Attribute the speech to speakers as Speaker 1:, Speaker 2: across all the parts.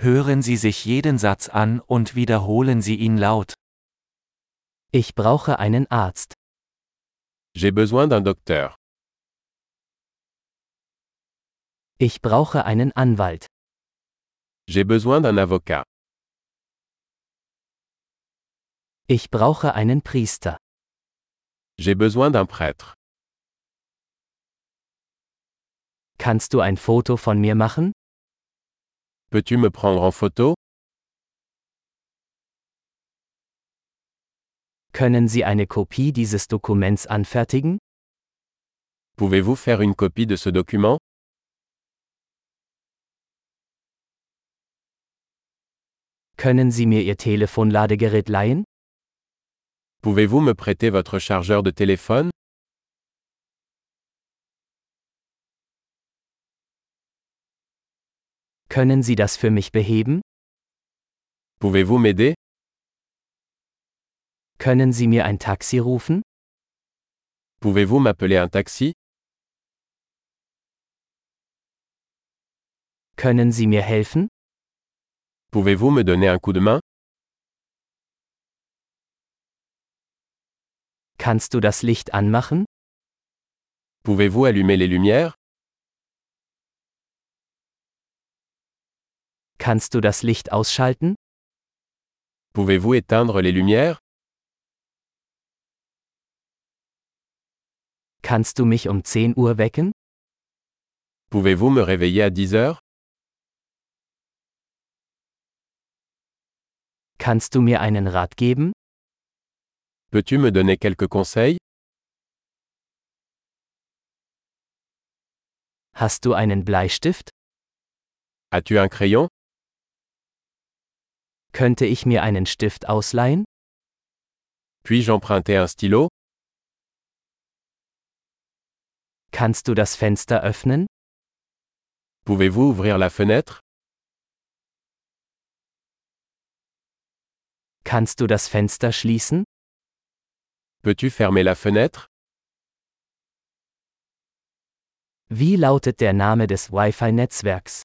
Speaker 1: Hören Sie sich jeden Satz an und wiederholen Sie ihn laut.
Speaker 2: Ich brauche einen Arzt.
Speaker 3: J'ai besoin d'un docteur.
Speaker 2: Ich brauche einen Anwalt.
Speaker 3: J'ai besoin d'un avocat.
Speaker 2: Ich brauche einen Priester.
Speaker 3: J'ai besoin d'un prêtre.
Speaker 2: Kannst du ein Foto von mir machen?
Speaker 3: Peux-tu me prendre en photo
Speaker 2: Können Sie eine Kopie dieses Dokuments anfertigen?
Speaker 3: Pouvez-vous faire une copie de ce document
Speaker 2: Können Sie mir Ihr Telefonladegerät leihen?
Speaker 3: Pouvez-vous me prêter votre chargeur de téléphone
Speaker 2: Können Sie das für mich beheben?
Speaker 3: Pouvez-vous m'aider
Speaker 2: Können Sie mir ein Taxi rufen?
Speaker 3: Pouvez-vous m'appeler un taxi
Speaker 2: Können Sie mir helfen?
Speaker 3: Pouvez-vous me donner un coup de main
Speaker 2: Kannst du das Licht anmachen?
Speaker 3: Pouvez-vous allumer les lumières
Speaker 2: Kannst du das Licht ausschalten?
Speaker 3: Pouvez-vous éteindre les lumières
Speaker 2: Kannst du mich um 10 Uhr wecken?
Speaker 3: Pouvez-vous me réveiller à 10 heures
Speaker 2: Kannst du mir einen Rat geben?
Speaker 3: Peux-tu me donner quelques conseils
Speaker 2: Hast du einen Bleistift?
Speaker 3: As-tu un crayon
Speaker 2: Könnte ich mir einen Stift ausleihen?
Speaker 3: Puis-je emprunter un stylo
Speaker 2: Kannst du das Fenster öffnen?
Speaker 3: Pouvez-vous ouvrir la fenêtre
Speaker 2: Kannst du das Fenster schließen?
Speaker 3: Peux-tu fermer la fenêtre
Speaker 2: Wie lautet der Name des Wi-Fi-Netzwerks?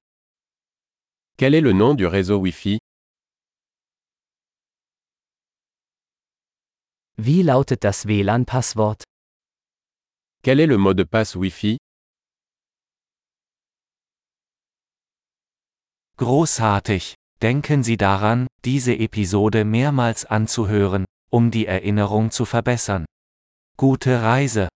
Speaker 3: Quel est le nom du réseau Wi-Fi
Speaker 2: Wie lautet das WLAN-Passwort?
Speaker 3: Quel est le mot de passe Wi-Fi
Speaker 1: Großartig! Denken Sie daran, diese Episode mehrmals anzuhören, um die Erinnerung zu verbessern. Gute Reise!